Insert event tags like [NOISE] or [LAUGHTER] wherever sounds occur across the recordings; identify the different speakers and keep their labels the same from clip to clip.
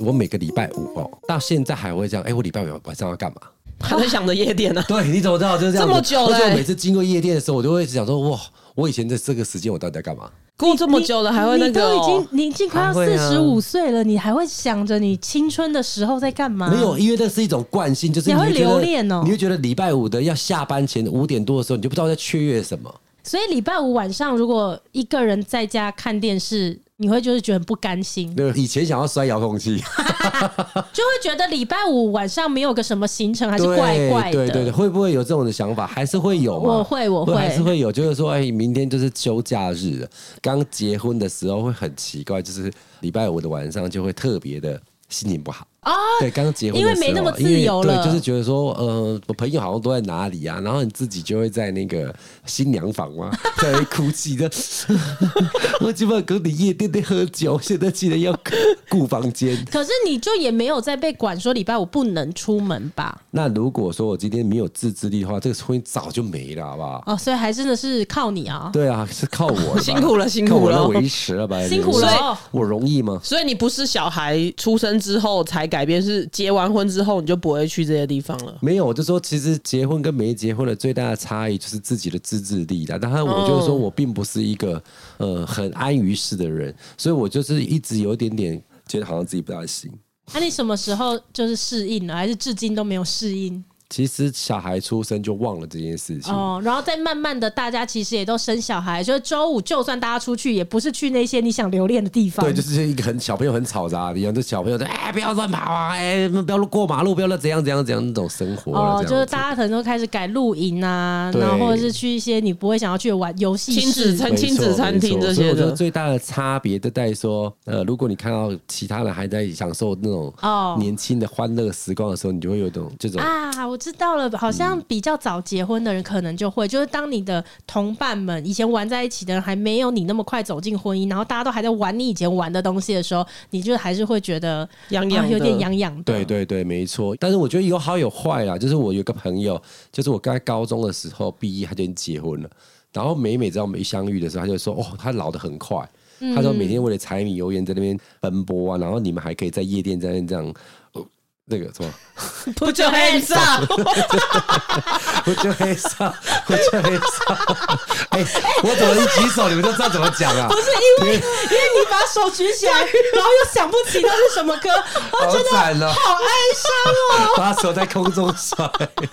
Speaker 1: 我每个礼拜五哦，到现在还会这样。哎、我礼拜五晚上要干嘛？
Speaker 2: 还在想着夜店呢、啊
Speaker 1: 对，你怎么知道？就是这样子。
Speaker 2: 这么久了
Speaker 1: 而且我每次经过夜店的时候，我就会一直想说，哇，我以前在这个时间我到底在干嘛？
Speaker 2: [LAUGHS] 过这么久了还会那个、
Speaker 3: 你都
Speaker 2: 哦
Speaker 3: 已经，你已经快要
Speaker 1: 还会
Speaker 3: 四
Speaker 1: 啊
Speaker 3: 十五岁了，你还会想着你青春的时候在干嘛？
Speaker 1: 没有，因为那是一种惯性，就是
Speaker 3: 啊你还
Speaker 1: 会
Speaker 3: 会
Speaker 1: 觉得
Speaker 3: 留恋哦
Speaker 1: 你会觉得礼拜五的要下班前五点多的时候，你就不知道在雀跃什么。
Speaker 3: 所以礼拜五晚上如果一个人在家看电视，你会就是觉得很不甘心，
Speaker 1: 那个以前想要摔遥控器，
Speaker 3: 就会觉得礼拜五晚上没有个什么行程，还是
Speaker 1: 对
Speaker 3: 怪怪的。
Speaker 1: 对对对，会不会有这种的想法？还是会有嘛？
Speaker 3: 我会我会
Speaker 1: 还是会有，就是说，哎、明天就是休假日了。刚结婚的时候会很奇怪，就是礼拜五的晚上就会特别的心情不好。
Speaker 3: 啊
Speaker 1: 对，刚结婚
Speaker 3: 因为
Speaker 1: 的时
Speaker 3: 没那
Speaker 1: 候
Speaker 3: 么
Speaker 1: 啊
Speaker 3: 自由
Speaker 1: 因为
Speaker 3: 了
Speaker 1: 对，就是觉得说，呃，我朋友好像都在哪里啊，然后你自己就会在那个新娘房嘛， [LAUGHS] 在那里哭泣的。 [LAUGHS] 我基本跟你夜店在喝酒，现在竟然要 [LAUGHS] 顾房间。
Speaker 3: 可是你就也没有再被管说礼拜五不能出门吧？
Speaker 1: 那如果说我今天没有自制力的话，这个婚姻早就没了，好不好？
Speaker 3: 哦，所以还真的是靠你啊！
Speaker 1: 对啊，是靠我了吧
Speaker 2: [LAUGHS] 辛苦了辛
Speaker 1: 靠
Speaker 2: 苦
Speaker 1: 我来
Speaker 2: 了
Speaker 1: 维持了吧，
Speaker 3: 辛苦了
Speaker 1: 人生我容易吗？
Speaker 2: 所以你不是小孩出生之后才改变，是结完婚之后你就不会去这些地方了。
Speaker 1: 没有，我就说，其实结婚跟没结婚的最大的差异就是自己的自制力啦。当然，我就是说我并不是一个
Speaker 2: 哦
Speaker 1: 呃很安于世的人，所以我就是一直有一点点觉得好像自己不大行。
Speaker 3: 那、你什么时候就是适应了，还是至今都没有适应？
Speaker 1: 其实小孩出生就忘了这件事情，
Speaker 3: 哦，然后再慢慢的，大家其实也都生小孩，就是周五就算大家出去，也不是去那些你想留恋的地方。
Speaker 1: 对，就是一个很小朋友很嘈杂的一样，就小朋友在哎不要乱跑啊，哎不要过马路，不要乱怎样怎样怎样那种生活了
Speaker 3: 哦，
Speaker 1: 这样
Speaker 3: 就是
Speaker 1: 子
Speaker 3: 大家可能都开始改露营啊，
Speaker 1: 对
Speaker 3: 然后或者是去一些你不会想要去的玩游戏
Speaker 2: 亲子
Speaker 3: 室。
Speaker 2: 餐
Speaker 1: 没错
Speaker 2: 亲子餐厅
Speaker 1: 没错
Speaker 2: 这
Speaker 1: 所以
Speaker 2: 些
Speaker 1: 我觉得
Speaker 2: 的，
Speaker 1: 最大的差别就在于说，呃，如果你看到其他人还在享受那种
Speaker 3: 哦
Speaker 1: 年轻的欢乐时光的时候，你就会有一种这种。
Speaker 3: 啊，我知道了，好像比较早结婚的人可能就会，就是当你的同伴们以前玩在一起的人还没有你那么快走进婚姻，然后大家都还在玩你以前玩的东西的时候，你就还是会觉得
Speaker 2: 痒痒
Speaker 3: 啊
Speaker 2: 的
Speaker 3: 有点痒痒的。
Speaker 1: 对对对，没错。但是我觉得有好有坏啦。就是我有一个朋友，就是我刚才高中的时候毕业，他就已经结婚了。然后每每只要我们一相遇的时候，他就说：“哦，他老得很快。”
Speaker 3: 嗯
Speaker 1: 他说每天为了柴米油盐在那边奔波啊，然后你们还可以在夜店在那边这样，呃那个什么，
Speaker 2: 不就 hands up？
Speaker 1: 我就黑上，我就黑上。哎、我怎么一举手，你们就知道怎么讲啊？
Speaker 3: 不是因为因为你把手举起来，然后又想不起那是什
Speaker 1: [LAUGHS]
Speaker 3: 么歌，我
Speaker 1: 好
Speaker 3: 觉得
Speaker 1: 惨了，哦
Speaker 3: 好哀伤哦。
Speaker 1: [LAUGHS] 把手在空中甩。 [LAUGHS]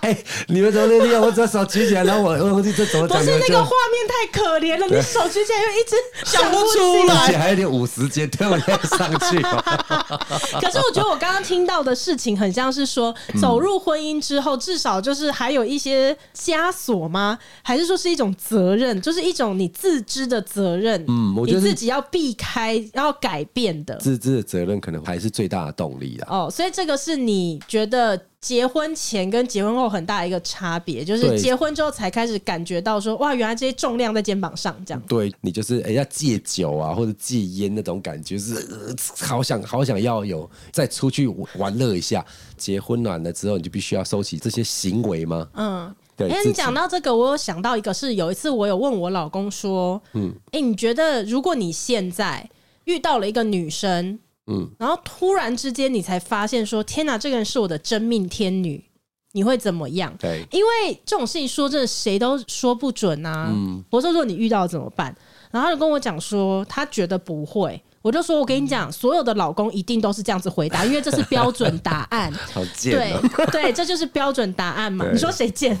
Speaker 1: 哎、你们怎么那样？我只要手举起来，然后我我忘记这怎么
Speaker 3: 不
Speaker 1: 讲。
Speaker 3: 是那
Speaker 1: 你
Speaker 3: 个
Speaker 1: 们
Speaker 3: 画面太可怜了，你手举起来又一直想不
Speaker 2: 想不出
Speaker 3: 起
Speaker 1: 就
Speaker 2: 来
Speaker 1: 而且还有点五十肩对不对？上去、哦，
Speaker 3: 可是我觉得我刚刚听到的事情很像是说，
Speaker 1: 嗯
Speaker 3: 走入婚姻之后，至少就是还有一些枷锁吗？还是说是一种责任，就是一种你自知的责任？
Speaker 1: 嗯我觉得
Speaker 3: 你
Speaker 1: 是
Speaker 3: 自己要避开、要改变的。
Speaker 1: [LAUGHS] 自知的责任可能还是最大的动力啦。
Speaker 3: 哦，所以这个是你觉得结婚前跟结婚后很大一个差别，就
Speaker 1: 对
Speaker 3: 是结婚之后才开始感觉到说，哇，原来这些重量在肩膀上这样。
Speaker 1: 对你就是哎、要戒酒啊，或者戒烟那种感觉是、呃好想好想要有再出去玩乐一下。结婚完了之后，你就必须要收起这些行为吗？
Speaker 3: 嗯，
Speaker 1: 对，
Speaker 3: 哎、
Speaker 1: 自
Speaker 3: 你
Speaker 1: 己
Speaker 3: 讲到这个，我有想到一个是有一次我有问我老公说，嗯，哎、你觉得如果你现在遇到了一个女生，嗯
Speaker 1: 嗯，
Speaker 3: 然后突然之间你才发现说，天哪，这个人是我的真命天女，你会怎么样？
Speaker 1: 对。
Speaker 3: 因为这种事情说真的，谁都说不准啊。
Speaker 1: 嗯
Speaker 3: 我说如果你遇到怎么办？然后他就跟我讲说，他觉得不会。我就说，我跟你讲，
Speaker 1: 嗯
Speaker 3: 所有的老公一定都是这样子回答，因为这是标准答案。
Speaker 1: [LAUGHS] 好贱
Speaker 3: 对
Speaker 1: 哦、
Speaker 3: [LAUGHS] 对，这就是标准答案嘛。
Speaker 1: 对
Speaker 3: 你说谁
Speaker 1: [LAUGHS]
Speaker 3: 贱？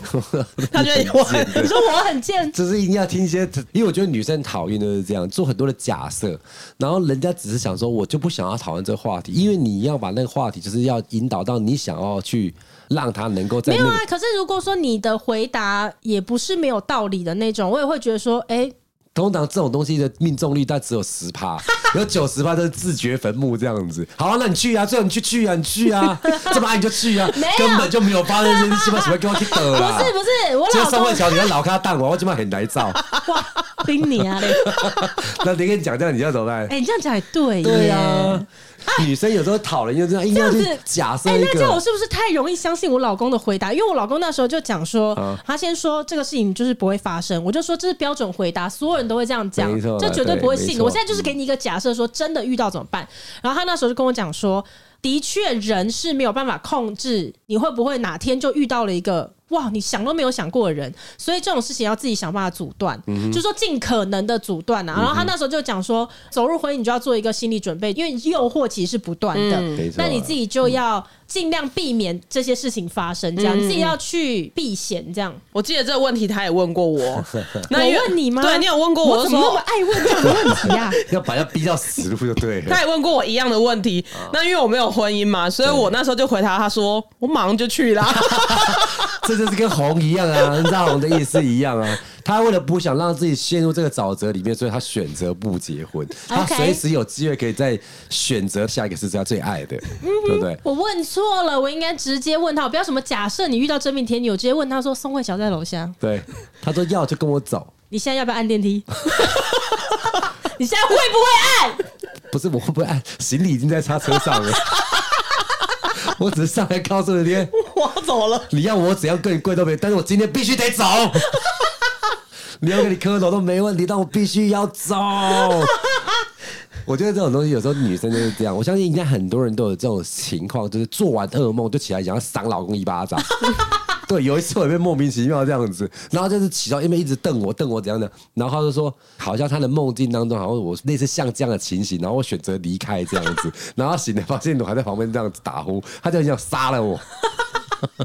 Speaker 2: 他觉得我
Speaker 3: 你说我很贱，
Speaker 1: 就是一定要听一些，因为我觉得女生讨厌就是这样，做很多的假设，然后人家只是想说，我就不想要讨论这个话题，因为你要把那个话题就是要引导到你想要去让他能够在
Speaker 3: 没
Speaker 1: 那
Speaker 3: 有
Speaker 1: 个
Speaker 3: 啊。可是如果说你的回答也不是没有道理的那种，我也会觉得说，哎、
Speaker 1: 通常这种东西的命中率大概只有十趴，有九十趴都是自掘坟墓这样子。好、啊，那你去啊，最好你去去啊，你去
Speaker 3: [LAUGHS]
Speaker 1: 啊，这么爱你就去啊
Speaker 3: 没有，
Speaker 1: 根本就没有发生这些鸡巴什么给我去得啦。
Speaker 3: 不是不是，我
Speaker 1: 就
Speaker 3: 老
Speaker 1: 上
Speaker 3: 公
Speaker 1: 万桥，你要老咖蛋我，我鸡巴很来造。
Speaker 3: [LAUGHS] 哇，冰你啊嘞！
Speaker 1: 那你跟你讲这样，你要怎么办？
Speaker 3: 哎、你这样讲也对耶。
Speaker 1: 对呀、啊，女生有时候讨人厌，就硬要
Speaker 3: 这
Speaker 1: 去
Speaker 3: 样子
Speaker 1: 假设
Speaker 3: 哎、
Speaker 1: 一
Speaker 3: 那这样我
Speaker 1: 个。
Speaker 3: 是不是太容易相信我老公的回答？因为我老公那时候就讲说，
Speaker 1: 啊
Speaker 3: 他先说这个事情就是不会发生，我就说这是标准回答，所有人都会这样讲
Speaker 1: 没错，
Speaker 3: 这绝对不会信
Speaker 1: 对没
Speaker 3: 的。
Speaker 1: 错
Speaker 3: 我现在就是给你一个假设，说真的遇到怎么办？然后他那时候就跟我讲说，的确人是没有办法控制你会不会哪天就遇到了一个。哇，你想都没有想过的人，所以这种事情要自己想办法阻断，
Speaker 2: 嗯
Speaker 3: 就说尽可能的阻断啊。然后他那时候就讲说，走入婚姻你就要做一个心理准备，因为诱惑其实是不断的，
Speaker 2: 嗯
Speaker 1: 没错
Speaker 3: 那你自己就要尽量避免这些事情发生，这样、
Speaker 2: 嗯
Speaker 3: 你自己要去避嫌，这样。
Speaker 2: [LAUGHS] 我记得这个问题他也问过
Speaker 1: [LAUGHS]
Speaker 2: 我，那
Speaker 3: 我
Speaker 2: 因为
Speaker 3: 问你吗？
Speaker 2: 对你有问过
Speaker 3: 我，
Speaker 2: 我，
Speaker 3: 怎么
Speaker 2: 就
Speaker 3: 那
Speaker 2: 说
Speaker 3: 么爱问这样的问题啊？
Speaker 1: 要把他逼到死路就对了
Speaker 2: 他。也问过我一样的问题。
Speaker 1: 啊
Speaker 2: 那因为我没有婚姻嘛，所以我那时候就回答他说：“我马上就
Speaker 1: [LAUGHS]
Speaker 2: 去啦。
Speaker 1: 这就是跟红一样啊，跟大红的意思一样啊。他为了不想让自己陷入这个沼泽里面，所以他选择不结婚。他随时有机会可以再选择下一个是他最爱的，对不对？
Speaker 3: 我问错了，我应该直接问他，我不要什么假设你遇到真命天女，我直接问他说：“宋慧乔在楼下，
Speaker 1: 对，他说要就跟我走，
Speaker 3: 你现在要不要按电梯？ [LAUGHS] 你现在会不会按？
Speaker 1: 不是我会不会按行李已经在他车上了， [LAUGHS] 我只是上来告诉你，”
Speaker 2: 我走了，
Speaker 1: 你要我怎样跟你跪都没，但是我今天必须得走。 [LAUGHS] 你要跟你磕头都没问题，但我必须要走。我觉得这种东西有时候女生就是这样，我相信应该很多人都有这种情况，就是做完噩梦就起来想要赏老公一巴掌。对，有一次我也被莫名其妙这样子，然后就是起床，因为一直瞪我，瞪我怎样的，然后他就说，好像他的梦境当中，好像我类似像这样的情形，然后我选择离开这样子，然后醒来发现我还在旁边这样子打呼，他就很想杀了我。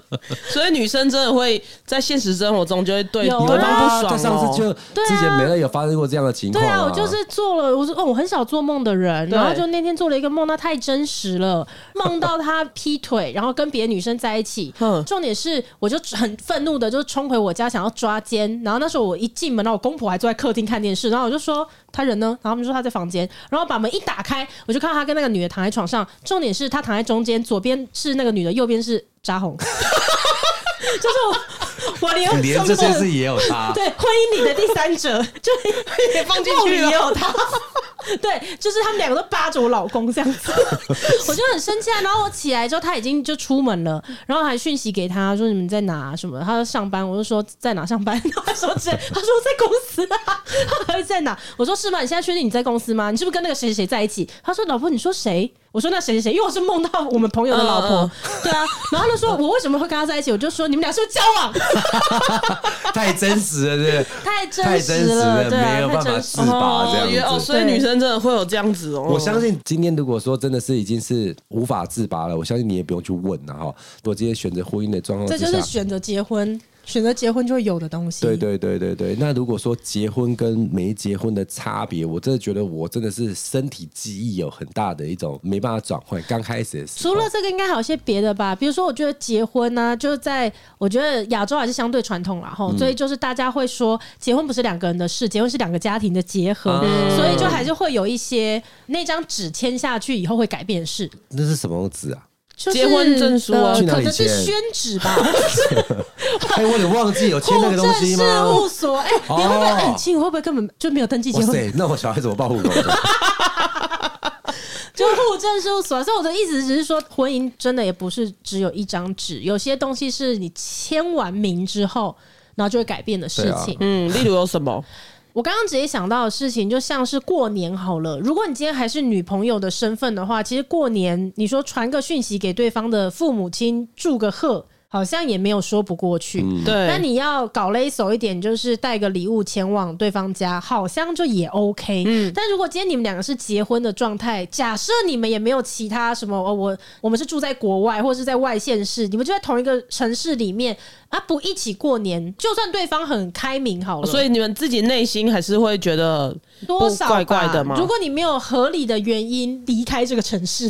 Speaker 2: [LAUGHS] 所以女生真的会在现实生活中就会对
Speaker 3: 有啊
Speaker 2: 对方
Speaker 1: 他
Speaker 2: 不爽
Speaker 1: 上次
Speaker 2: 哦。
Speaker 1: 就
Speaker 3: 对啊
Speaker 1: 之前美乐有发生过这样的情
Speaker 3: 对
Speaker 1: 况、
Speaker 3: 啊，我就是做了，我说哦，我很少做梦的人，
Speaker 2: 对
Speaker 3: 然后就那天做了一个梦，那太真实了，梦到他劈腿，然后跟别的女生在
Speaker 1: [LAUGHS]
Speaker 3: 一起
Speaker 2: 嗯。
Speaker 3: 重点是，我就很愤怒的，就冲回我家想要抓奸。然后那时候我一进门，然后我公婆还坐在客厅看电视，然后我就说他人呢，然后他们就说他在房间，然后把门一打开，我就看到他跟那个女的躺在床上。重点是他躺在中间，左边是那个女的，右边是扎红。 [LAUGHS] 就是我，我 [LAUGHS] 连
Speaker 1: 哎连这件事也有差。
Speaker 3: [LAUGHS] 对，婚姻里的第三者， [LAUGHS] 就也
Speaker 2: 放进去了
Speaker 3: 也有他。 [LAUGHS] 对，就是他们两个都扒着我老公这样子， [LAUGHS] 我就很生气啊。然后我起来之后，他已经就出门了，然后还讯息给他说你们在哪啊什么？他说上班，我就说在哪上班？ [LAUGHS] 他说在，他说在公司啊。他还在哪？我说是吗？你现在确定你在公司吗？你是不是跟那个谁谁谁在一起？他说老婆，你说谁？我说那谁谁谁，因为我是梦到我们朋友的老婆，
Speaker 2: 嗯
Speaker 3: 对啊。然后他就说我为什么会跟他在一起？我就说你们俩是不是交往？
Speaker 1: 太真实了，对不对
Speaker 3: 啊太真
Speaker 1: 太真
Speaker 3: 实
Speaker 1: 实了，
Speaker 3: 对啊，
Speaker 1: 没有办
Speaker 3: 太
Speaker 1: 法
Speaker 3: 真
Speaker 1: 自
Speaker 3: 实
Speaker 1: 拔
Speaker 2: 哦
Speaker 1: 这
Speaker 2: 原
Speaker 1: 样
Speaker 2: 哦，
Speaker 1: 子。
Speaker 2: 所以女生真的会有这样子哦。
Speaker 1: 我相信今天如果说真的是已经是无法自拔了，我相信你也不用去问了哈。如果今天选择婚姻的状况
Speaker 3: 这
Speaker 1: 之
Speaker 3: 就是
Speaker 1: 下，
Speaker 3: 选择结婚，选择结婚就会有的东西。
Speaker 1: 对对对对对。那如果说结婚跟没结婚的差别，我真的觉得我真的是身体记忆有很大的一种没办法转换。刚开始的时候
Speaker 3: 除了这个，应该还有一些别的吧，比如说，我觉得结婚呢、就是在我觉得亚洲还是相对传统啦，吼、
Speaker 1: 嗯
Speaker 3: 所以就是大家会说，结婚不是两个人的事，结婚是两个家庭的结合，
Speaker 1: 啊
Speaker 3: 所以就还是会有一些那张纸签下去以后会改变事，
Speaker 1: 那是什么纸啊？
Speaker 3: 就是
Speaker 2: 结婚证书啊
Speaker 3: 呃
Speaker 1: 去哪
Speaker 3: 可
Speaker 1: 里
Speaker 3: 能是
Speaker 1: 签
Speaker 3: 宣
Speaker 1: [LAUGHS]
Speaker 3: 纸吧， [LAUGHS]
Speaker 1: 哎，我有点忘记有签
Speaker 3: 户
Speaker 1: 那个东
Speaker 3: 政
Speaker 1: 西
Speaker 3: 事
Speaker 1: 吗？
Speaker 3: [LAUGHS] 务所，哎、你会不会，
Speaker 1: 哦
Speaker 3: 哎、亲，我会不会根本就没有登记结
Speaker 1: 哇
Speaker 3: 婚？
Speaker 1: 塞，那我小孩怎么
Speaker 3: [LAUGHS]
Speaker 1: 报户口的？
Speaker 3: 就户政事务所啊，所以我的意思只是说，婚姻真的也不是只有一张纸，有些东西是你签完名之后，然后就会改变的事情。
Speaker 2: 嗯，例如有什么？
Speaker 3: 我刚刚直接想到的事情，就像是过年好了，如果你今天还是女朋友的身份的话，其实过年你说传个讯息给对方的父母亲祝个贺，好像也没有说不过去。
Speaker 1: 嗯
Speaker 2: 对，
Speaker 3: 那你要搞勒手一点，就是带个礼物前往对方家，好像就也 OK。嗯，但如果今天你们两个是结婚的状态，假设你们也没有其他什么，哦、我我们是住在国外或是在外县市，你们就在同一个城市里面啊，不一起过年，就算对方很开明好了，
Speaker 2: 哦所以你们自己内心还是会觉得
Speaker 3: 多少吧
Speaker 2: 怪怪的吗
Speaker 3: 如果你没有合理的原因离开这个城市，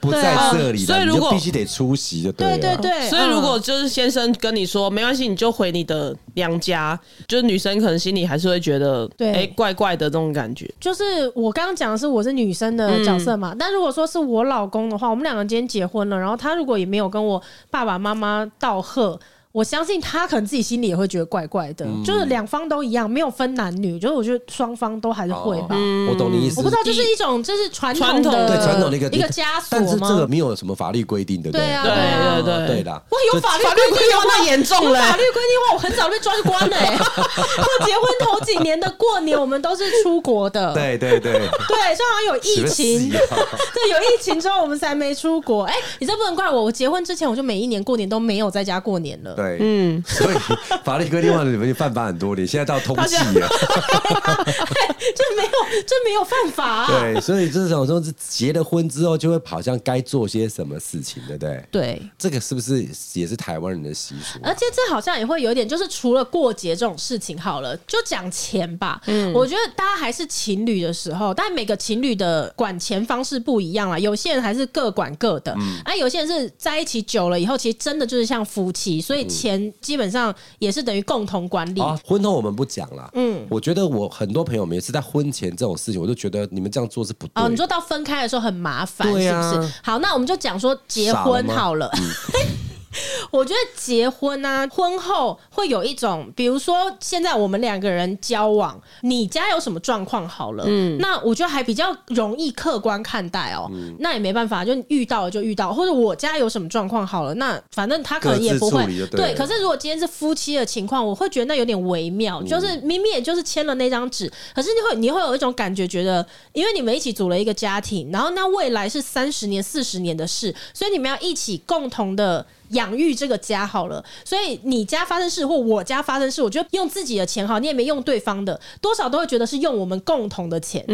Speaker 1: 不
Speaker 3: 对
Speaker 1: 在
Speaker 3: 啊
Speaker 1: 这里了，
Speaker 2: 所以
Speaker 1: 你
Speaker 2: 如
Speaker 1: 就
Speaker 2: 果
Speaker 1: 必须得出席就
Speaker 3: 对
Speaker 1: 了。
Speaker 3: 对对，
Speaker 2: 啊所以如果
Speaker 3: 嗯
Speaker 2: 就是先生跟你说没关系，你就回你的娘家，嗯就是女生可能心里还是会觉得，
Speaker 3: 对
Speaker 2: 哎、怪怪的这种感觉。
Speaker 3: 就是我刚刚讲的是我是女生的角色嘛，但如果说是我老公的话，我们两个今天结婚了，然后他如果也没有跟我爸爸妈妈道贺。我相信他可能自己心里也会觉得怪怪的，
Speaker 1: 嗯
Speaker 3: 就是两方都一样，没有分男女，就是我觉得双方都还是会吧。
Speaker 1: 我懂你意思。
Speaker 3: 我不知道，就是一种就是传统
Speaker 2: 传统
Speaker 3: 的
Speaker 2: 的
Speaker 1: 嗯对传统的一个
Speaker 3: 一个枷锁
Speaker 1: 但是
Speaker 3: 吗
Speaker 1: 这个没有什么法律规定，对不
Speaker 3: 对啊
Speaker 2: 对对
Speaker 1: 对
Speaker 2: 对
Speaker 1: 对啦，
Speaker 3: 哇，有法律
Speaker 2: 法律规定的话那严重
Speaker 3: 有
Speaker 2: 了
Speaker 3: 法律规定的话，我很早被抓去关了、欸。
Speaker 1: [LAUGHS]
Speaker 3: 我结婚头几年的过年，我们都是出国的。
Speaker 1: 对对对，
Speaker 3: 对，虽然好像有
Speaker 1: [LAUGHS]
Speaker 3: 疫情，
Speaker 1: 啊
Speaker 3: [LAUGHS] 对，有疫情之后我们才没出国。哎、你这不能怪我，我结婚之前我就每一年过年都没有在家过年 [LAUGHS] 了。
Speaker 1: 对，嗯，所以法律规定话你们就犯法很多，你现在到通 [LAUGHS] 缉
Speaker 3: 啊
Speaker 1: 了，
Speaker 3: 这没有，这没有犯法、啊。
Speaker 1: 对，所以这种说是结了婚之后就会好像该做些什么事情，对不对？
Speaker 3: 对，
Speaker 1: 这个是不是也是台湾人的习俗？
Speaker 3: 而且这好像也会有点，就是除了过节这种事情好了，就讲钱吧。我觉得大家还是情侣的时候，但每个情侣的管钱方式不一样啦。啊有些人还是各管各的，
Speaker 1: 嗯
Speaker 3: 啊，有些人是在一起久了以后，其实真的就是像夫妻，所以
Speaker 1: 嗯
Speaker 3: 钱基本上也是等于共同管理。
Speaker 1: 啊，婚后我们不讲啦。嗯，我觉得我很多朋友每次在婚前这种事情，我就觉得你们这样做是不对。
Speaker 3: 哦，你说到分开的时候很麻烦，
Speaker 1: 对
Speaker 3: 是
Speaker 1: 啊
Speaker 3: 不是？好，那我们就讲说结
Speaker 1: 傻了
Speaker 3: 婚
Speaker 1: 吗
Speaker 3: 好了。 [LAUGHS] 我觉得结婚啊，婚后会有一种，比如说现在我们两个人交往，你家有什么状况好了，
Speaker 1: 嗯
Speaker 3: 那我觉得还比较容易客观看待哦。那也没办法，就遇到了就遇到，或者我家有什么状况好了，那反正他可能也不
Speaker 1: 各
Speaker 3: 会
Speaker 1: 自处理就对了
Speaker 3: 对。可是如果今天是夫妻的情况，我会觉得那有点微妙，就是明明也就是签了那张纸，可是你会你会有一种感觉，觉得因为你们一起组了一个家庭，然后那未来是三十年、四十年的事，所以你们要一起共同的。养育这个家好了，所以你家发生事或我家发生事，我觉得用自己的钱好，你也没用对方的，多少都会觉得是用我们共同的钱。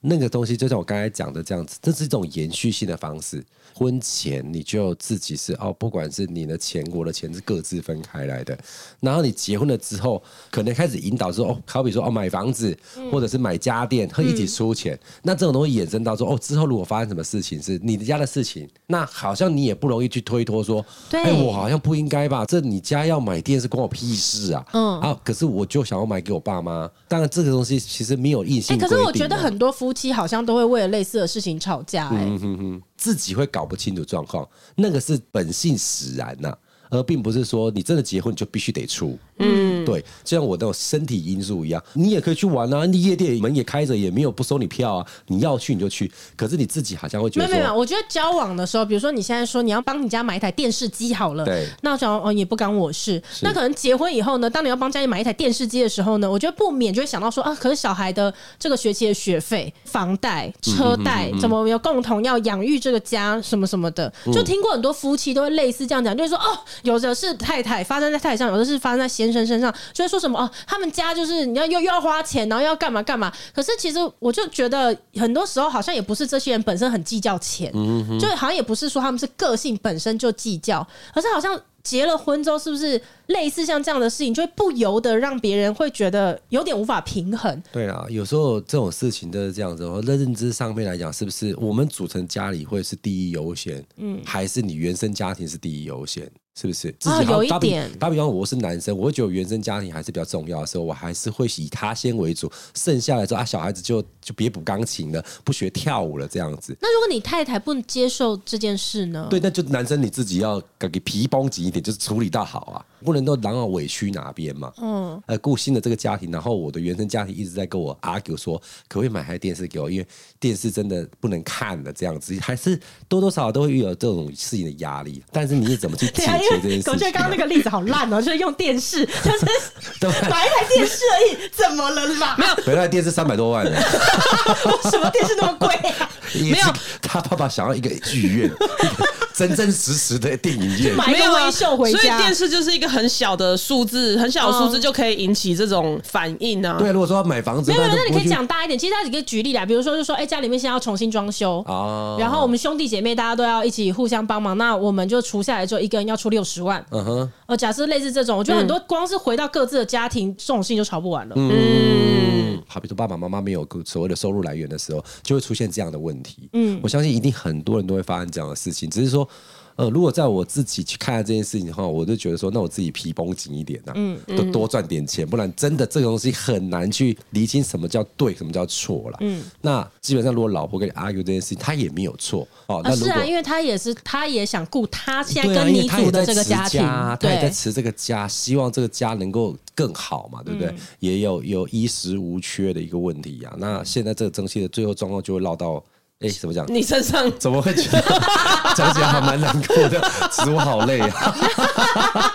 Speaker 1: 那个东西，就像我刚才讲的这样子，这是一种延续性的方式。婚前你就自己是哦，不管是你的钱、我的钱是各自分开来的。然后你结婚了之后，可能开始引导说哦，好比说哦，买房子或者是买家电，会一起出钱。那这种东西衍生到说哦，之后如果发生什么事情是你的家的事情，那好像你也不容易去推脱说，
Speaker 3: 对
Speaker 1: 哎，我好像不应该吧？这你家要买电视关我屁事啊！
Speaker 3: 嗯
Speaker 1: 啊，可是我就想要买给我爸妈。当然，这个东西其实没有硬
Speaker 3: 哎、
Speaker 1: 性、规
Speaker 3: 可是我
Speaker 1: 定
Speaker 3: 觉得
Speaker 1: 啊
Speaker 3: 很多夫妻好像都会为了类似的事情吵架、哎、
Speaker 1: 自己会搞不清楚状况，那个是本性使然呐、而并不是说你真的结婚你就必须得出，嗯，对，就像我那种身体因素一样，你也可以去玩啊，你夜店门也开着，也没有不收你票啊，你要去你就去，可是你自己好像会觉
Speaker 3: 没
Speaker 1: 得
Speaker 3: 有没有没有，
Speaker 1: 说，
Speaker 3: 我觉得交往的时候，比如说你现在说你要帮你家买一台电视机好了
Speaker 1: 对，
Speaker 3: 那我想哦也不干我事。那可能结婚以后呢，当你要帮家里买一台电视机的时候呢，我觉得不免就会想到说啊，可是小孩的这个学期的学费、房贷、车贷，怎么有共同要养育这个家什么什么的，就听过很多夫妻都会类似这样讲，就是说哦，有的是太太发生在太太上，有的是发生在先生身上，就会说什么哦，他们家就是你要又又要花钱，然后又要干嘛干嘛。可是其实我就觉得，很多时候好像也不是这些人本身很计较钱，就好像也不是说他们是个性本身就计较，而是好像。结了婚之后，是不是类似像这样的事情，就会不由得让别人会觉得有点无法平衡？
Speaker 1: 对啊，有时候这种事情都是这样子哦。在认知上面来讲，是不是我们组成家里会是第一优先，嗯，还是你原生家庭是第一优先？是不是？自己好
Speaker 3: 啊有一
Speaker 1: 打比
Speaker 3: 点
Speaker 1: 打比方，我是男生，我会觉得原生家庭还是比较重要的时候，我还是会以他先为主，剩下来之后啊，小孩子就就别补钢琴了，不学跳舞了这样子。
Speaker 3: 那如果你太太不能接受这件事呢？
Speaker 1: 对，那就男生你自己要给皮绷紧一点，就是处理到好啊，不能够然后委屈哪边嘛。嗯，呃，顾新的这个家庭，然后我的原生家庭一直在跟我 argue 说，可不可以买台电视给我？因为电视真的不能看了，这样子还是多多少少都会有这种事情的压力。但是你也怎么去解
Speaker 3: [LAUGHS] 对啊，
Speaker 1: 决这件事
Speaker 3: 因为狗
Speaker 1: 情
Speaker 3: 觉得刚刚那
Speaker 1: 啊？
Speaker 3: 个例子好烂哦、就是用电视，就是
Speaker 1: [LAUGHS] 对吧
Speaker 3: 买一台电视而已，怎么了啦？没有，
Speaker 1: [LAUGHS] 本来电视三百多万的，
Speaker 3: [LAUGHS] 为什么电视那么贵啊？
Speaker 1: 没
Speaker 2: 有
Speaker 1: 他爸爸想要一个剧院， [LAUGHS] 一个真真实实的电影院。
Speaker 3: [LAUGHS] 买一
Speaker 2: 没有
Speaker 3: 个
Speaker 2: 啊
Speaker 3: 微秀回
Speaker 2: 所以
Speaker 3: 家。
Speaker 2: 电视就是一个很小的数字，很小的数字就可以引起这种反应啊。
Speaker 1: 对，如果说要买房子，
Speaker 3: 没有，没有，
Speaker 1: 就
Speaker 3: 那你
Speaker 1: 不
Speaker 3: 可
Speaker 1: 会
Speaker 3: 以
Speaker 1: 去
Speaker 3: 讲大一点。其实他只可以举例啦，比如说，就说，哎、家里面现在要重新装修，
Speaker 1: 啊，
Speaker 3: 然后我们兄弟姐妹大家都要一起互相帮忙，那我们就除下来之后，一个人要出六十万。
Speaker 1: 嗯哼。
Speaker 3: 呃，假设类似这种，我觉得很多光是回到各自的家庭，这种事情就吵不完了。
Speaker 1: 嗯，好比说爸爸妈妈没有所谓的收入来源的时候，就会出现这样的问题。嗯，我相信一定很多人都会发生这样的事情，只是说呃，如果在我自己去看待这件事情的话，我就觉得说，那我自己皮绷紧一点呐、嗯，多多赚点钱，不然真的这个东西很难去厘清什么叫对，什么叫错了。嗯，那基本上如果老婆跟你 argue 这件事情，她也没有错哦。那
Speaker 3: 啊，
Speaker 1: 如
Speaker 3: 是
Speaker 1: 果、
Speaker 3: 啊，因为他也是，他也想顾他现在
Speaker 1: 对啊，
Speaker 3: 跟
Speaker 1: 因为
Speaker 3: 你
Speaker 1: 他也
Speaker 3: 组的
Speaker 1: 在
Speaker 3: 这个
Speaker 1: 持
Speaker 3: 家庭，
Speaker 1: 啊他也在
Speaker 3: 对，
Speaker 1: 持这个家，希望这个家能够更好嘛，对不对？
Speaker 3: 嗯
Speaker 1: 也有有衣食无缺的一个问题啊。那现在这个争气的最后状况就会落到，哎，怎么讲？
Speaker 2: 你身上
Speaker 1: 怎么会觉得 [LAUGHS] 讲起来还蛮难过的？其实我好累啊。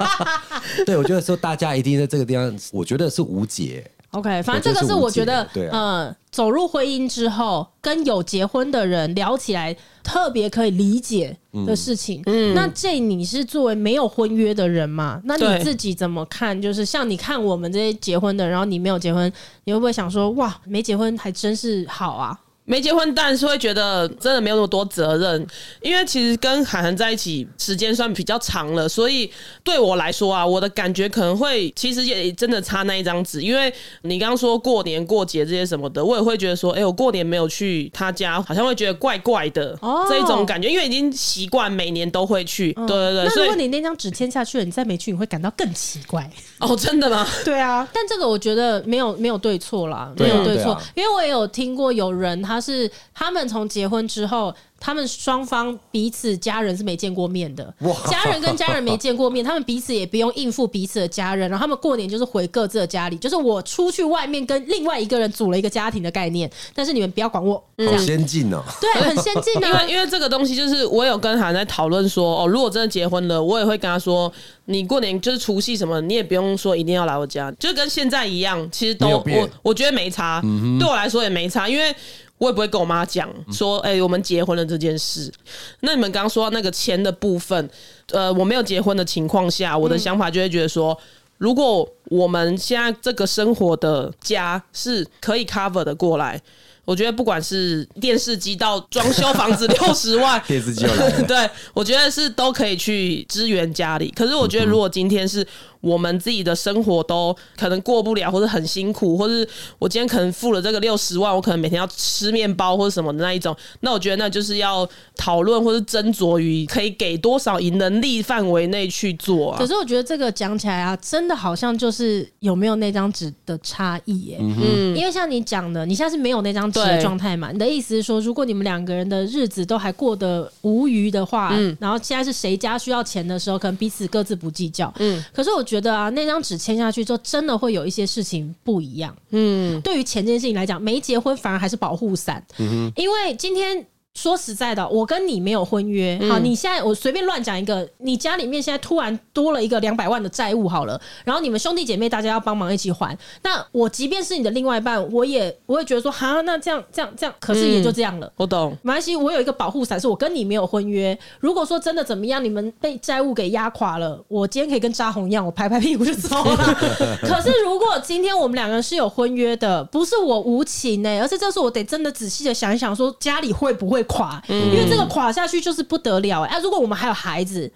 Speaker 1: [LAUGHS] 对，我觉得说大家一定在这个地方，我觉得是无解。
Speaker 3: OK，反正这个是我觉得
Speaker 1: 我觉得是无解的对，啊
Speaker 3: 呃，走入婚姻之后，跟有结婚的人聊起来，特别可以理解的事情。嗯，那这你是作为没有婚约的人嘛？那
Speaker 2: 对
Speaker 3: 你自己怎么看？就是像你看我们这些结婚的，然后你没有结婚，你会不会想说，哇，没结婚还真是好啊？
Speaker 2: 没结婚，但是会觉得真的没有那么多责任，因为其实跟韩寒在一起时间算比较长了，所以对我来说啊，我的感觉可能会其实也真的差那一张纸，因为你刚刚说过年过节这些什么的，我也会觉得说，哎、我过年没有去他家，好像会觉得怪怪的、
Speaker 3: 哦
Speaker 2: 这一种感觉，因为已经习惯每年都会去，对对对，
Speaker 3: 那
Speaker 2: 所
Speaker 3: 如果
Speaker 2: 以
Speaker 3: 你那张纸签下去了，你再没去，你会感到更奇怪。
Speaker 2: 哦，真的吗？
Speaker 3: [LAUGHS] 对啊，但这个我觉得没有没有对错啦，
Speaker 1: 对
Speaker 3: 没
Speaker 1: 啊
Speaker 3: 有对
Speaker 1: 对
Speaker 3: 错，
Speaker 1: 啊
Speaker 3: 因为我也有听过有人他是他们从结婚之后，他们双方彼此家人是没见过面的
Speaker 1: 哇，
Speaker 3: 家人跟家人没
Speaker 1: [LAUGHS]
Speaker 3: 见过面，他们彼此也不用应付彼此的家人，然后他们过年就是回各自的家里，就是我出去外面跟另外一个人组了一个家庭的概念，但是你们不要管我，这
Speaker 1: 好
Speaker 3: 样
Speaker 1: 先进哦，
Speaker 3: 对，很先进
Speaker 2: 因
Speaker 1: [LAUGHS]
Speaker 3: 啊 [LAUGHS]
Speaker 2: 为。因为这个东西，就是我有跟韩在讨论说，哦，如果真的结婚了，我也会跟他说，你过年就是除夕什么，你也不用说一定要来我家，就跟现在一样，其实都
Speaker 1: 没有变嗯
Speaker 2: 我我觉得没差，对我来说也没差，因为。我也不会跟我妈讲说，哎、我们结婚了这件事。那你们刚刚说到那个钱的部分，呃，我没有结婚的情况下，
Speaker 1: 嗯
Speaker 2: 我的想法就会觉得说，如果我们现在这个生活的家是可以 cover 的过来，我觉得不管是电视机到装修房子 [LAUGHS] 六十万，
Speaker 1: 电视机又来了。
Speaker 2: [LAUGHS] 对我觉得是都可以去支援家里。可是我觉得，如果今天是我们自己的生活都可能过不了，或者很辛苦，或是我今天可能付了这个六十万，我可能每天要吃面包或者什么的那一种，那我觉得那就是要讨论或是斟酌于可以给多少以能力范围内去做啊
Speaker 3: 可。是我觉得这个讲起来啊，真的好像就是有没有那张纸的差异耶、
Speaker 2: 嗯，
Speaker 3: 因为像你讲的，你现在是没有那张纸的
Speaker 2: 对
Speaker 3: 状态嘛？你的意思是说，如果你们两个人的日子都还过得无余的话，
Speaker 2: 嗯
Speaker 3: 然后现在是谁家需要钱的时候，可能彼此各自不计较。嗯，可是我觉得啊，那张
Speaker 2: 嗯
Speaker 3: 纸签下去之后，真的会有一些事情不一样。嗯，对于钱这件事情来讲，没结婚反而还是保护伞。嗯因为今天。说实在的，我跟你没有婚约。好，你现在我随便乱讲一个，你家里面现在突然多了一个两百万的债务，好了，然后你们兄弟姐妹大家要帮忙一起还。那我即便是你的另外一半，我也我也觉得说，哈，那这样这样这样，可是也就这样了。
Speaker 2: 我懂。
Speaker 3: 马来西亚我有一个保护伞，是我跟你没有婚约。如果说真的怎么样，你们被债务给压垮了，我今天可以跟扎红一样，我拍拍屁股就走了。 [LAUGHS] 可是如果今天我们两个人是有婚约的，不是我无情呢、而是这时候我得真的仔细的想一想，说家里会不会垮？因为这个垮下去就是不得了、欸。哎、如果我们还有孩子，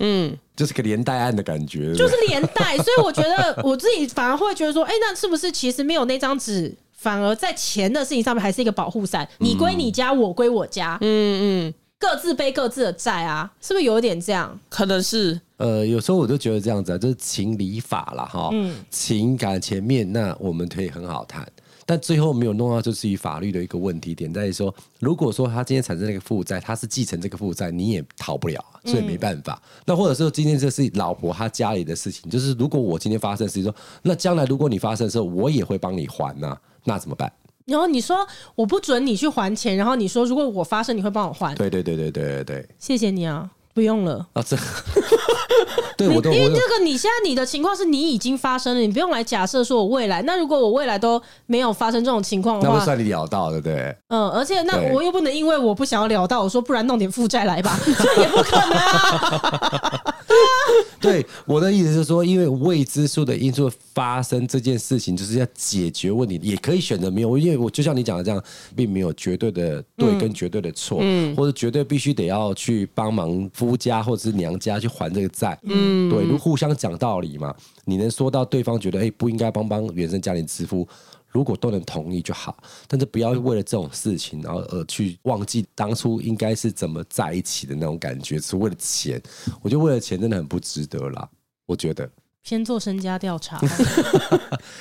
Speaker 1: 就是个连带案的感觉，
Speaker 3: 就
Speaker 1: 就是
Speaker 3: 连带，所以我觉得我自己反而会觉得说，哎、那是不是其实没有那张纸？反而在钱的事情上面还是一个保护伞，
Speaker 1: 嗯
Speaker 3: 你归你家，我归我家，嗯嗯，各自背各自的债啊，是不是有一点这样？
Speaker 2: 可能是
Speaker 1: 呃，有时候我就觉得这样子啊，就是情理法啦，哈，
Speaker 3: 嗯
Speaker 1: 情感前面那我们可以很好谈，但最后没有弄到就是以法律的一个问题点在于说，如果说他今天产生了一个负债，他是继承这个负债，你也逃不了啊，
Speaker 3: 嗯
Speaker 1: 所以没办法。那或者说今天这是老婆她家里的事情，就是如果我今天发生的事情说，那将来如果你发生的时候，我也会帮你还呐、那怎么办？
Speaker 3: 然后你说我不准你去还钱，然后你说如果我发生，你会帮我还，
Speaker 1: 对对对对对对对，
Speaker 3: 谢谢你啊，不用了。
Speaker 1: 啊这，对我
Speaker 3: 你
Speaker 1: 都我
Speaker 3: 因为
Speaker 1: 都
Speaker 3: 这个，你现在你的情况是你已经发生了，你不用来假设说我未来。那如果我未来都没有发生这种情况的
Speaker 1: 那
Speaker 3: 话，
Speaker 1: 会算你聊到，对不对？
Speaker 3: 嗯，而且那
Speaker 1: 对
Speaker 3: 我又不能因为我不想要聊到，我说不然弄点负债
Speaker 1: [LAUGHS]
Speaker 3: 来吧，这也不可能啊。
Speaker 1: 对，我的意思是说，因为未知数的因素发生这件事情，就是要解决问题，也可以选择没有，因为我就像你讲的这样，并没有绝对的对跟绝对的错，或者绝对必须得要去帮忙夫家或者是娘家去还这个债，嗯，对，如互相讲道理嘛，你能说到对方觉得哎、不应该帮帮原生家庭支付。如果都能同意就好，但是不要为了这种事情，然后而去忘记当初应该是怎么在一起的那种感觉，是为了钱。我觉得为了钱真的很不值得啦，我觉得。
Speaker 3: 先做身家
Speaker 1: [LAUGHS]
Speaker 3: 调查，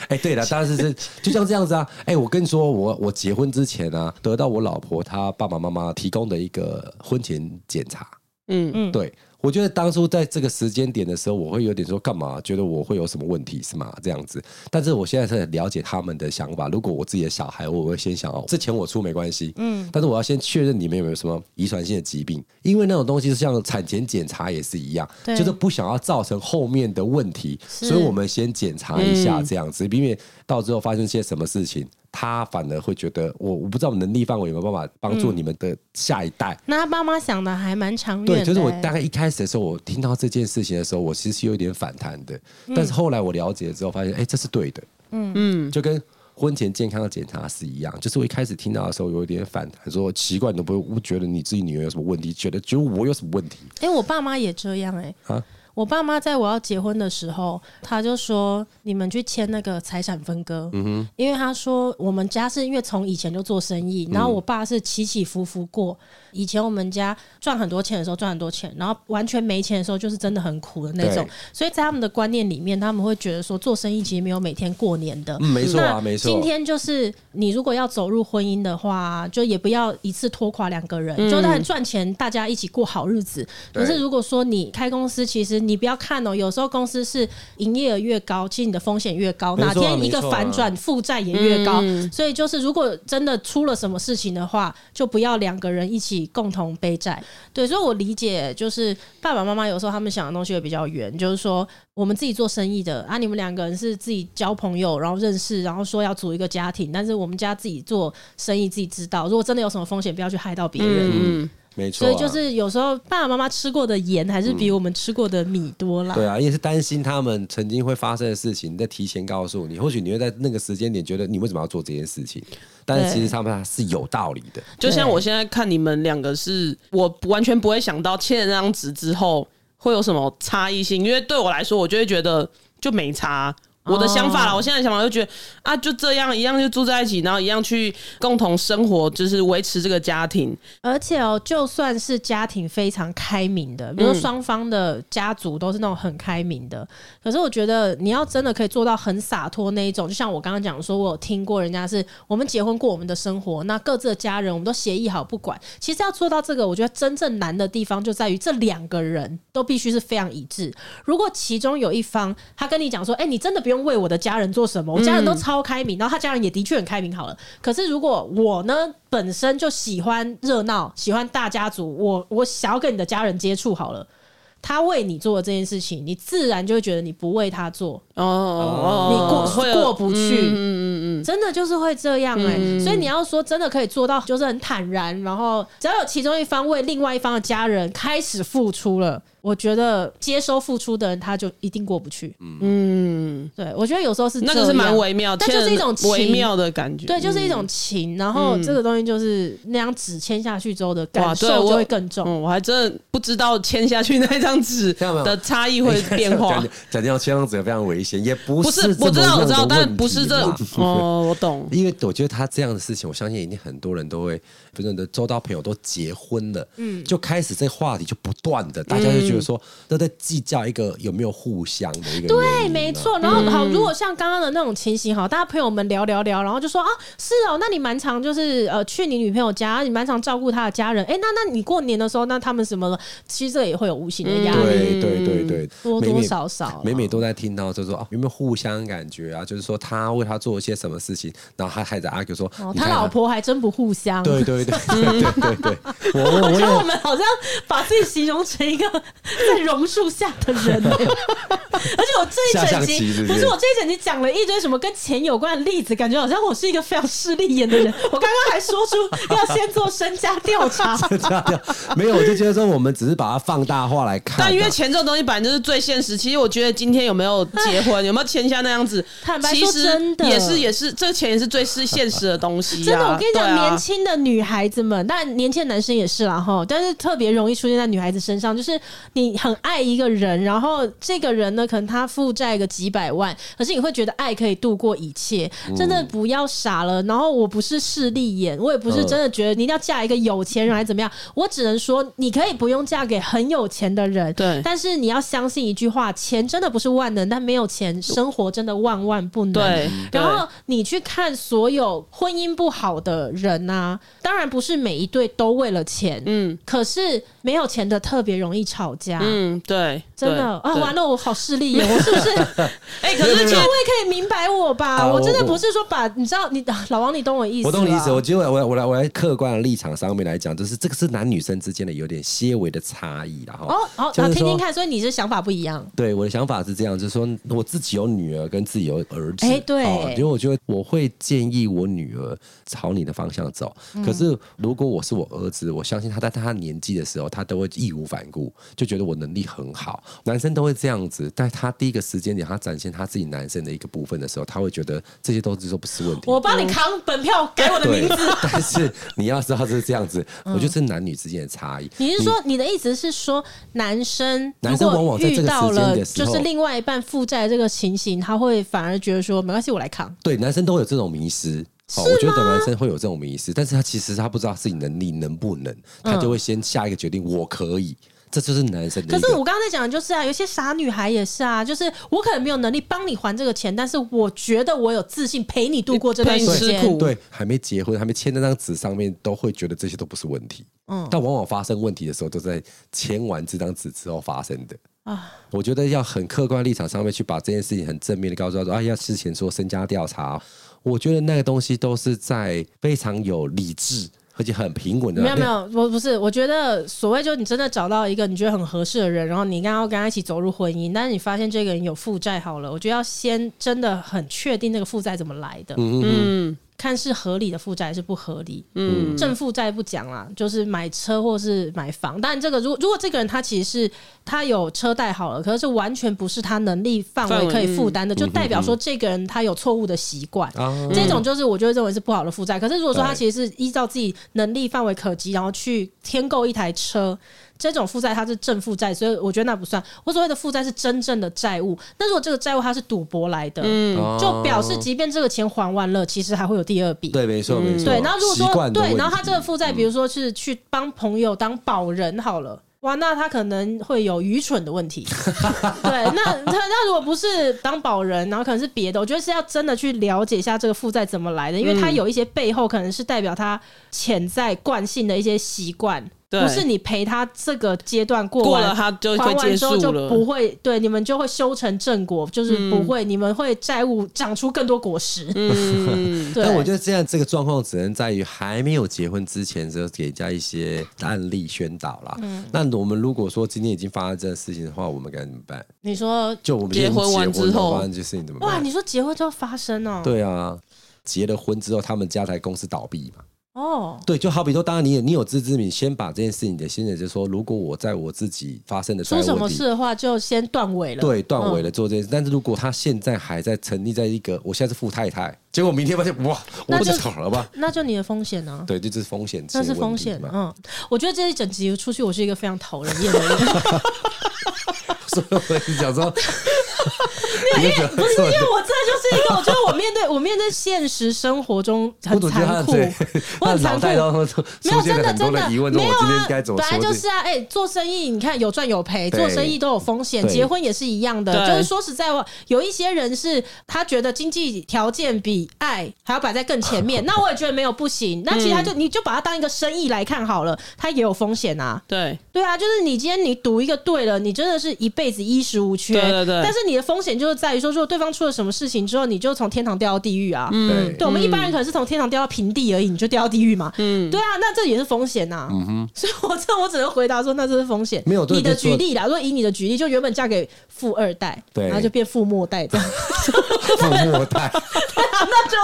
Speaker 1: 哎、对了，当然是这，就像这样子啊。哎、我跟你说，我我结婚之前啊，得到我老婆她爸爸妈妈提供的一个婚前检查，
Speaker 2: 嗯
Speaker 3: 嗯，
Speaker 1: 对，我觉得当初在这个时间点的时候，我会有点说干嘛？觉得我会有什么问题是吗？这样子。但是我现在是很了解他们的想法。如果我自己的小孩，我会先想哦，这钱我出没关系，嗯，但是我要先确认你们有没有什么遗传性的疾病，因为那种东西像产前检查也是一样，
Speaker 3: 对
Speaker 1: 就是不想要造成后面的问题，
Speaker 3: 是嗯
Speaker 1: 所以我们先检查一下这样子，避免到最后发生些什么事情。他反而会觉得我我不知道我能力范围有没有办法帮
Speaker 3: 嗯
Speaker 1: 助你们的下一代，
Speaker 3: 那他爸妈想的还蛮长远的、
Speaker 1: 对，
Speaker 3: 欸。
Speaker 1: 就是我大概一开始的时候，我听到这件事情的时候，我其实是有一点反弹的。
Speaker 2: 嗯
Speaker 1: 但是后来我了解之后，发现哎、这是对的。嗯嗯，就跟婚前健康的检查是一样。就是我一开始听到的时候，有一点反弹，说奇怪，你都不会觉得你自己女儿有什么问题，觉得觉得我有什么问题？
Speaker 3: 哎、我爸妈也这样哎、
Speaker 1: 啊
Speaker 3: 我爸妈在我要结婚的时候，他就说你们去签那个财产分割，
Speaker 1: 嗯
Speaker 3: 因为他说我们家是因为从以前就做生意，
Speaker 1: 嗯
Speaker 3: 然后我爸是起起伏伏过，以前我们家赚很多钱的时候赚很多钱，然后完全没钱的时候就是真的很苦的那种
Speaker 1: 对，
Speaker 3: 所以在他们的观念里面，他们会觉得说做生意其实没有每天过年的，
Speaker 1: 嗯，没错啊，
Speaker 3: 那
Speaker 1: 没错。
Speaker 3: 今天就是你如果要走入婚姻的话，就也不要一次拖垮两个人，就当然赚钱，大家一起过好日子。
Speaker 1: 对
Speaker 3: 可是如果说你开公司，其实你不要看哦，有时候公司是营业额越高，其实你的风险越高，
Speaker 1: 没错
Speaker 3: 哦哪
Speaker 1: 啊
Speaker 3: 天一个
Speaker 1: 没错啊嗯
Speaker 3: 反转负债也越高。所以就是如果真的出了什么事情的话，就不要两个人一起共同背债。对，所以我理解，就是爸爸妈妈有时候他们想的东西会比较远，就是说我们自己做生意的啊，你们两个人是自己交朋友，然后认识，然后说要组一个家庭，但是我们家自己做生意自己知道，如果真的有什么风险，不要去害到别人。
Speaker 2: 嗯
Speaker 1: 没错、
Speaker 3: 所
Speaker 1: 啊，
Speaker 3: 以就是有时候爸爸妈妈吃过的盐还是比我们吃过的米多啦。
Speaker 1: 对啊，也是担心他们曾经会发生的事情，在提前告诉你。或许你会在那个时间点觉得你为什么要做这件事情，但是其实他们是有道理的。
Speaker 2: 就像我现在看你们两个是，我完全不会想到签了那张纸之后会有什么差异性，因为对我来说，我就会觉得就没差。我的想法啦，
Speaker 3: 哦
Speaker 2: 我现在的想法就觉得啊，就这样一样就住在一起，然后一样去共同生活，就是维持这个家庭。
Speaker 3: 而且哦，就算是家庭非常开明的，比如说双方的家族都是那种很开明的，可是我觉得你要真的可以做到很洒脱那一种，就像我刚刚讲说，我有听过人家是我们结婚过我们的生活，那各自的家人我们都协议好不管。其实要做到这个，我觉得真正难的地方就在于这两个人都必须是非常一致。如果其中有一方他跟你讲说，哎、你真的不用为我的家人做什么，我家人都超开明，然后他家人也的确很开明好了。可是如果我呢本身就喜欢热闹，喜欢大家族，我我想要跟你的家人接触好了。他为你做的这件事情，你自然就会觉得你不为他做，
Speaker 2: 哦
Speaker 3: 你过、
Speaker 2: 哦，会有嗯
Speaker 3: 过不去，真的就是会这样哎、所以你要说真的可以做到，就是很坦然，然后只要有其中一方为另外一方的家人开始付出了，我觉得接收付出的人他就一定过不去。嗯，对，我觉得有时候是
Speaker 2: 那个是
Speaker 3: 这样
Speaker 2: 蛮微妙，
Speaker 3: 但就是一种
Speaker 2: 签了微
Speaker 3: 情
Speaker 2: 妙的感觉。嗯
Speaker 3: 对，就是一种情，然后这个东西就是那样纸签下去之后的
Speaker 2: 哇
Speaker 3: 感受
Speaker 2: 对我
Speaker 3: 就会更重。啊
Speaker 2: 嗯，我还真的不知道签下去那张
Speaker 3: [LAUGHS]
Speaker 2: 纸
Speaker 1: 这样吗
Speaker 2: 的差异会变化
Speaker 1: [LAUGHS] 讲。讲这样签样子非常危险，也不
Speaker 2: 不
Speaker 1: 是
Speaker 2: 是，我知道，我知道，但不是这
Speaker 1: 这么样的问题啦。
Speaker 2: 哦，我懂。
Speaker 1: 因为我觉得他这样的事情，我相信一定很多人都会，不是你的周遭朋友都结婚了，嗯，就开始这话题就不断的，大家就觉得说都在计较一个有没有互相的一个原
Speaker 3: 对，
Speaker 1: 因
Speaker 3: 没
Speaker 1: 嘛，
Speaker 3: 错。然后好，如果像刚刚的那种情形，好，大家朋友们聊聊聊，然后就说啊，是哦，那你蛮常就是呃去你女朋友家，你蛮常照顾她的家人。哎，那那你过年的时候，那他们什么的，其实这也会有无形的压力，
Speaker 1: 嗯对对对对，
Speaker 3: 多
Speaker 1: 每
Speaker 3: 多
Speaker 1: 每
Speaker 3: 少少。
Speaker 1: 每每都在听到，就说啊，有没有互相感觉啊？就是说他为他做了些什么事情，然后他还在 argue 说，
Speaker 3: 哦，
Speaker 1: 你
Speaker 3: 他
Speaker 1: 看啊
Speaker 3: 老，婆还真不互相。 [LAUGHS]
Speaker 1: 对对对对对对对，我我
Speaker 3: 我
Speaker 1: 我也
Speaker 3: 觉得我们好像把自己形容成一个在榕树下的
Speaker 1: [LAUGHS]
Speaker 3: 人、欸，而且我这一
Speaker 1: 下
Speaker 3: 整
Speaker 1: 象
Speaker 3: 集
Speaker 1: 棋是不是
Speaker 3: 不是我这一整集讲了一堆什么跟钱有关的例子，感觉好像我是一个非常势利眼的人。我刚刚还说出要先做身家调查，
Speaker 1: 没有，我就觉得说我们只是把它放大化来看啊，
Speaker 2: 但因为钱这种东西本来就是最现实，其实我觉得今天有没有结
Speaker 3: [LAUGHS]
Speaker 2: 婚，有没有签下那样子，
Speaker 3: 坦白
Speaker 2: 其
Speaker 3: 说
Speaker 2: 实
Speaker 3: 真的
Speaker 2: 也是也是，这钱也是最是现实的东西、啊。
Speaker 3: 真的，我跟你讲，
Speaker 2: 对啊
Speaker 3: 年轻的女孩子们，但年轻的男生也是啦哈，但是特别容易出现在女孩子身上，就是你很爱一个人，然后这个人呢，可能他负债个几百万，可是你会觉得爱可以度过一切，真
Speaker 2: 嗯
Speaker 3: 的不要傻了。然后我不是势利眼，我也不是真的觉得你一定要嫁一个有钱人还是怎么样，我只能说你可以不用嫁给很有钱的人，
Speaker 2: 对
Speaker 3: 但是你要相信一句话，钱真的不是万能，但没有钱，生活真的万万不能。
Speaker 2: 对，
Speaker 3: 然后你去看所有婚姻不好的人呐、当然不是每一对都为了钱，嗯，可是没有钱的特别容易吵架，
Speaker 2: 对嗯，对，
Speaker 3: 真的
Speaker 2: 对
Speaker 3: 啊，
Speaker 2: 对
Speaker 3: 完了，我好势利哦
Speaker 2: [LAUGHS]
Speaker 3: 眼，我是不是？
Speaker 2: 哎，可是
Speaker 3: 各
Speaker 2: 就
Speaker 3: 位可以明白我吧？
Speaker 1: 啊
Speaker 3: 我真的
Speaker 1: 我
Speaker 3: 不是说把你知道你老王，你懂我意思？啊
Speaker 1: 我懂你意思，我。觉得我来我来我来客观的立场上面来讲，就是这个是男女生之间的有点些微的差异然后
Speaker 3: 哦，好，
Speaker 1: 就
Speaker 3: 啊
Speaker 1: 是
Speaker 3: 听听
Speaker 1: 说，
Speaker 3: 看，所以你是想法不一
Speaker 1: [LAUGHS]
Speaker 3: 样，
Speaker 1: 对我的想法是这样，就是说我自己有女儿跟自己有儿子，
Speaker 3: 哎对
Speaker 1: 哦因为我觉得我会建议我女儿朝你的方向走。
Speaker 3: 嗯
Speaker 1: 可是如果我是我儿子，我相信他在他年纪的时候，他都会义无反顾，就觉得我能力很好。男生都会这样子，在他第一个时间点，他展现他自己男生的一个部分的时候，他会觉得这些都是都不是问题。
Speaker 3: 我帮你扛本票，改我的名
Speaker 1: 对 [LAUGHS]
Speaker 3: 字。，嗯
Speaker 1: 但是你要知道是这样子，我觉得是男女之间的差异。
Speaker 3: 你是说你的意思是说，男生
Speaker 1: 嗯男生
Speaker 3: 如果
Speaker 1: 往往在这
Speaker 3: 遇
Speaker 1: 个
Speaker 3: 到
Speaker 1: 时间
Speaker 3: 了
Speaker 1: 的时
Speaker 3: 就
Speaker 1: 候
Speaker 3: 是另外一半负债这个情形，他会反而觉得说没关系，我来扛。
Speaker 1: 对，男生都有这种迷失。哦，我觉得男生会有这种迷失，但是他其实他不知道自己能力能不能，他就会先下一个决定，我可以，这就是男生的
Speaker 3: 嗯可
Speaker 1: 一个。
Speaker 3: 是我刚刚在讲的就是啊，有些傻女孩也是啊，就是我可能没有能力帮你还这个钱，但是我觉得我有自信陪你度过这段
Speaker 2: 陪你
Speaker 3: 时
Speaker 2: 吃
Speaker 3: 间
Speaker 2: 苦。
Speaker 1: 对还没结婚，还没签那张纸上面，都会觉得这些都不是问题。嗯，但往往发生问题的时候，都在签完这张纸之后发生的。
Speaker 3: 啊
Speaker 1: 啊，我觉得要很客观立场上面去把这件事情很正面的告诉他说，啊，要之前说身家调查，我觉得那个东西都是在非常有理智而且很平稳的。
Speaker 3: 没有没有，我不是，我觉得所谓就你真的找到一个你觉得很合适的人，然后你刚刚跟他一起走入婚姻，但是你发现这个人有负债，好了，我觉得要先真的很确定那个负债怎么来的，
Speaker 2: 嗯
Speaker 3: 看是合理的负债还是不合理。
Speaker 2: 嗯，
Speaker 3: 正负债不讲啦，就是买车或是买房。但这个如果如果这个人他其实是他有车贷好了，可是完全不是他能力范
Speaker 2: 范
Speaker 3: 围
Speaker 2: 围嗯
Speaker 3: 可以负担的，就代表说这个人他有错误的习惯。
Speaker 1: 啊
Speaker 3: 这种就是我就会认为是不好的负债。可是如果说他
Speaker 1: 嗯对
Speaker 3: 其实是依照自己能力范围可及，然后去添购一台车，这种负债它是正负债，所以我觉得那不算。我所谓的负债是真正的债务。那如果这个债务它是赌博来的，
Speaker 1: 哦
Speaker 3: 就表示即便这个钱还完了，其实还会有第二笔。
Speaker 1: 对，没错没错。
Speaker 3: 嗯对，然后如果
Speaker 1: 习
Speaker 3: 说
Speaker 1: 惯的
Speaker 3: 对，
Speaker 1: 问
Speaker 3: 然后他
Speaker 1: 题
Speaker 3: 这个负
Speaker 2: 嗯
Speaker 3: 债，比如说是去帮朋友当保人好了。哇，那他可能会有愚蠢的问
Speaker 2: [LAUGHS]
Speaker 3: 题，对，那他那如果不是当保人，然后可能是别的，我觉得是要真的去了解一下这个负债怎么
Speaker 2: 嗯
Speaker 3: 来的，因为他有一些背后可能是代表他潜在惯性的一些习惯，
Speaker 2: 对
Speaker 3: 不是你陪他这个阶段过
Speaker 2: 过
Speaker 3: 完
Speaker 2: 了他就
Speaker 3: 还
Speaker 2: 会
Speaker 3: 完
Speaker 2: 结
Speaker 3: 之后就
Speaker 2: 束
Speaker 3: 不
Speaker 2: 了。
Speaker 3: 会对你们就会修成正果，就是不会、你们会债务长出更多果实，
Speaker 2: 嗯，
Speaker 3: 对，
Speaker 1: 但我觉得这样这个状况只能在于还没有结婚之前的时候给人家一些案例宣导啦。
Speaker 3: 嗯
Speaker 1: 那我们如果说今天已经发生这个事情的话，我们该怎么办？
Speaker 3: 你说
Speaker 1: 就我们今
Speaker 2: 结
Speaker 1: 天
Speaker 2: 婚完
Speaker 1: 结
Speaker 2: 之
Speaker 1: 了
Speaker 2: 后
Speaker 1: 发生这些事情怎么
Speaker 3: 哇，
Speaker 1: 办
Speaker 3: 你？说结婚就要发生哦？，
Speaker 1: 对啊，结了婚之后，他们家才公司倒闭嘛。
Speaker 3: 哦，
Speaker 1: 对，就好比说，当然你有你有自知之明，先把这件事情的先解就是说，如果我在我自己发生的债
Speaker 3: 出
Speaker 1: 务
Speaker 3: 什
Speaker 1: 问
Speaker 3: 么
Speaker 1: 题
Speaker 3: 事嗯的话就先断尾了。
Speaker 1: 对，断尾了做这件事。但是如果他现在还在沉溺在一个，我现在是富太太，结果明天发现哇，我
Speaker 3: 那
Speaker 1: 不
Speaker 3: 就
Speaker 1: 炒了吧？
Speaker 3: 那就你的风险呢、
Speaker 1: 对，这就是风险，
Speaker 3: 那是风险，
Speaker 1: 嘛。
Speaker 3: 嗯，我觉得这一整集出去，我是一个非常讨人厌
Speaker 1: [LAUGHS]
Speaker 3: 的人， [LAUGHS]
Speaker 1: 所以我一直讲说，因为不是
Speaker 3: 因为我这就是一个，我觉得我面对我面对现实生活中很
Speaker 1: 我总觉得他
Speaker 3: 残
Speaker 1: 的
Speaker 3: 酷
Speaker 1: 嘴，[LAUGHS]
Speaker 3: 我
Speaker 1: 他
Speaker 3: 很
Speaker 1: 的脑
Speaker 3: 残酷
Speaker 1: 袋，当中出
Speaker 3: 没有
Speaker 1: 现
Speaker 3: 真
Speaker 1: 了
Speaker 3: 的
Speaker 1: 很
Speaker 3: 真
Speaker 1: 多
Speaker 3: 的
Speaker 1: 的疑问，说
Speaker 3: 没
Speaker 1: 我
Speaker 3: 有
Speaker 1: 今天
Speaker 3: 啊，
Speaker 1: 该怎
Speaker 3: 本
Speaker 1: 么
Speaker 3: 来
Speaker 1: 说这？
Speaker 3: 就是啊，哎、做生意你看有赚有赔，
Speaker 1: 对
Speaker 3: 做生意都有风险，
Speaker 1: 对
Speaker 3: 结婚也是一样的。
Speaker 2: 对
Speaker 3: 就是说实在话，有一些人是他觉得经济条件比爱还要摆在更前
Speaker 1: [LAUGHS]
Speaker 3: 面，那我也觉得没有不行。那其实他
Speaker 1: 嗯
Speaker 3: 就、你就把它当一个生意来看好了，它也有风险啊。
Speaker 2: 对，
Speaker 3: 对啊，就是你今天你赌一个对了，你真的是一辈子衣食无缺。
Speaker 2: 对对对
Speaker 3: 但是你的风险就是在于说，如果对方出了什么事情之后，你就从天堂掉到地狱啊。
Speaker 1: 对
Speaker 3: 对，我们一般人可能是从天堂掉到平地而已，你就掉到地狱嘛。嗯，对啊，那这也是风险呐、嗯哼， [LAUGHS] 所以我这我只能回答说，那这是风险。
Speaker 1: 没有对
Speaker 3: 你的
Speaker 1: 就说
Speaker 3: 举例啦，如果以你的举例，就原本嫁给富二代，
Speaker 1: 对
Speaker 3: 然后就变富末
Speaker 1: [LAUGHS]
Speaker 3: 代这样，
Speaker 1: 父母代。
Speaker 3: 那就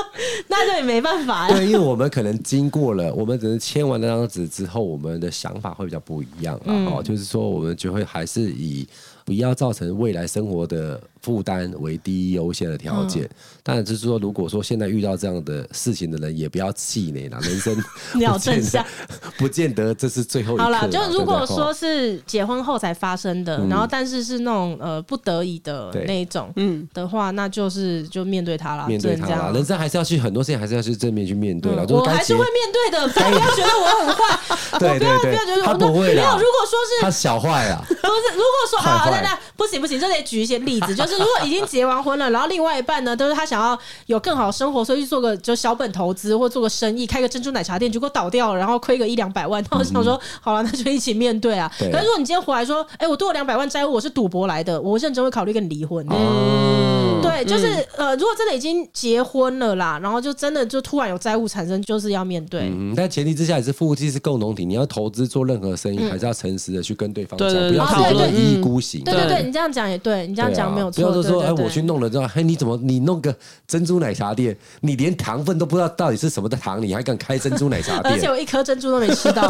Speaker 3: 那就也没办法呀。
Speaker 1: 对，因为我们可能经过了，我们只是签完那啊
Speaker 3: 嗯
Speaker 1: 张纸之后，我们的想法会比较不一样啦。哦，就是说我们就会还是以不要造成未来生活的负担为第一优先的条
Speaker 3: 嗯
Speaker 1: 件。当然，就是说，如果说现在遇到这样的事情的人，也不要气馁啦，
Speaker 3: [LAUGHS]
Speaker 1: 人生
Speaker 3: 鸟
Speaker 1: 不见
Speaker 3: 正向
Speaker 1: 得， [LAUGHS] 不见得这是最后一刻
Speaker 3: 好
Speaker 1: 啦。哦
Speaker 3: 啦，就
Speaker 1: 对不
Speaker 3: 如果
Speaker 1: 对嗯
Speaker 3: 说是结婚后才发生的，然后但是是那种呃不得已的
Speaker 1: 对
Speaker 3: 那一种，嗯的话，那就是就面对它啦，
Speaker 1: 面
Speaker 3: 只
Speaker 1: 对
Speaker 3: 能
Speaker 1: 它
Speaker 3: 这样
Speaker 1: 啦，人生还是要去很多事情，还是要去正面去面对啦。
Speaker 3: 嗯
Speaker 1: 就是
Speaker 3: 我
Speaker 1: 该
Speaker 3: 还是
Speaker 1: 结
Speaker 3: 会面对
Speaker 1: [LAUGHS]
Speaker 3: 的，不要不要觉得我很坏，
Speaker 1: 对对
Speaker 3: 不
Speaker 1: 对
Speaker 3: 要觉得，
Speaker 1: 他
Speaker 3: 我都
Speaker 1: 不会
Speaker 3: 没有。
Speaker 1: 啦
Speaker 3: 如，果说是
Speaker 1: 他小坏啦。
Speaker 3: 不是，如果说啊，
Speaker 1: 坏
Speaker 3: 那
Speaker 1: 坏
Speaker 3: 那不行不行，这得举一些
Speaker 1: [LAUGHS]
Speaker 3: 例子，就是如果已经结完婚了，然后另外一半呢，都是他想要有更好的生活，所以去做个就小本投资或做个生意，开个珍珠奶茶店，结果倒掉了，然后亏个一两百万，那我想说，好了，那就一起面对啊。
Speaker 1: 嗯对
Speaker 3: 可是如果你今天回来说，哎、我多了两百万债务，我是赌博来的，我认真会考虑跟你离婚。
Speaker 1: 哦，
Speaker 3: 对，就是、呃，如果真的已经结婚了啦，然后就真的就突然有债务产生，就是要面对。
Speaker 1: 嗯，但前提之下也是夫妻是共同体，你要投资做任何生意，还是要诚实的去跟对方讲
Speaker 2: 对，对
Speaker 1: 不要
Speaker 3: 嗯对
Speaker 1: 自己
Speaker 3: 对嗯
Speaker 1: 的一意孤行。
Speaker 3: 对对对，你这样讲也对，你这样
Speaker 1: 对啊
Speaker 3: 讲没有
Speaker 1: 不
Speaker 3: 错。
Speaker 1: 要
Speaker 3: 对
Speaker 1: 就
Speaker 3: 对
Speaker 1: 说哎，
Speaker 3: 对
Speaker 1: 我去弄了之后，嘿，你怎么你弄个珍珠奶茶店，你连糖分都不知道到底是什么的糖，你还敢开珍珠奶茶
Speaker 3: 而
Speaker 1: 店
Speaker 3: 且？我一颗珍珠都没吃到。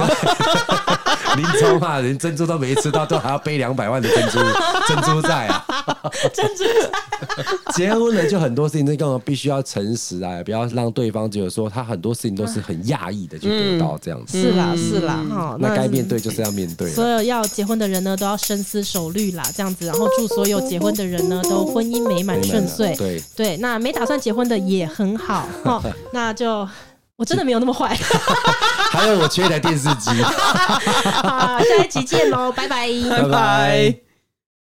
Speaker 1: 林冲啊，连珍珠都没吃到，都还要背两百万的珍珠珍珠债啊！
Speaker 3: [LAUGHS] 珍珠
Speaker 1: 结婚了就很多事情，这个必须要诚实啊，不要让对方觉得说他很多事情都是很讶异的去得到这样子。
Speaker 3: 嗯是啦是啦，哈，
Speaker 1: 嗯那该面对就是要面对了。
Speaker 3: 所有要结婚的人呢，都要深思熟虑啦，这样子，然后祝所有结婚的人呢，都婚姻美满
Speaker 1: 美满
Speaker 3: 顺遂。
Speaker 1: 对
Speaker 3: 对，那没打算结婚的也很好哈，那就。我真的没有那
Speaker 1: [LAUGHS]
Speaker 3: 么坏， [LAUGHS]
Speaker 1: 还有我缺一台电视机，
Speaker 3: 好，下一集见喽，拜拜。
Speaker 1: 拜拜。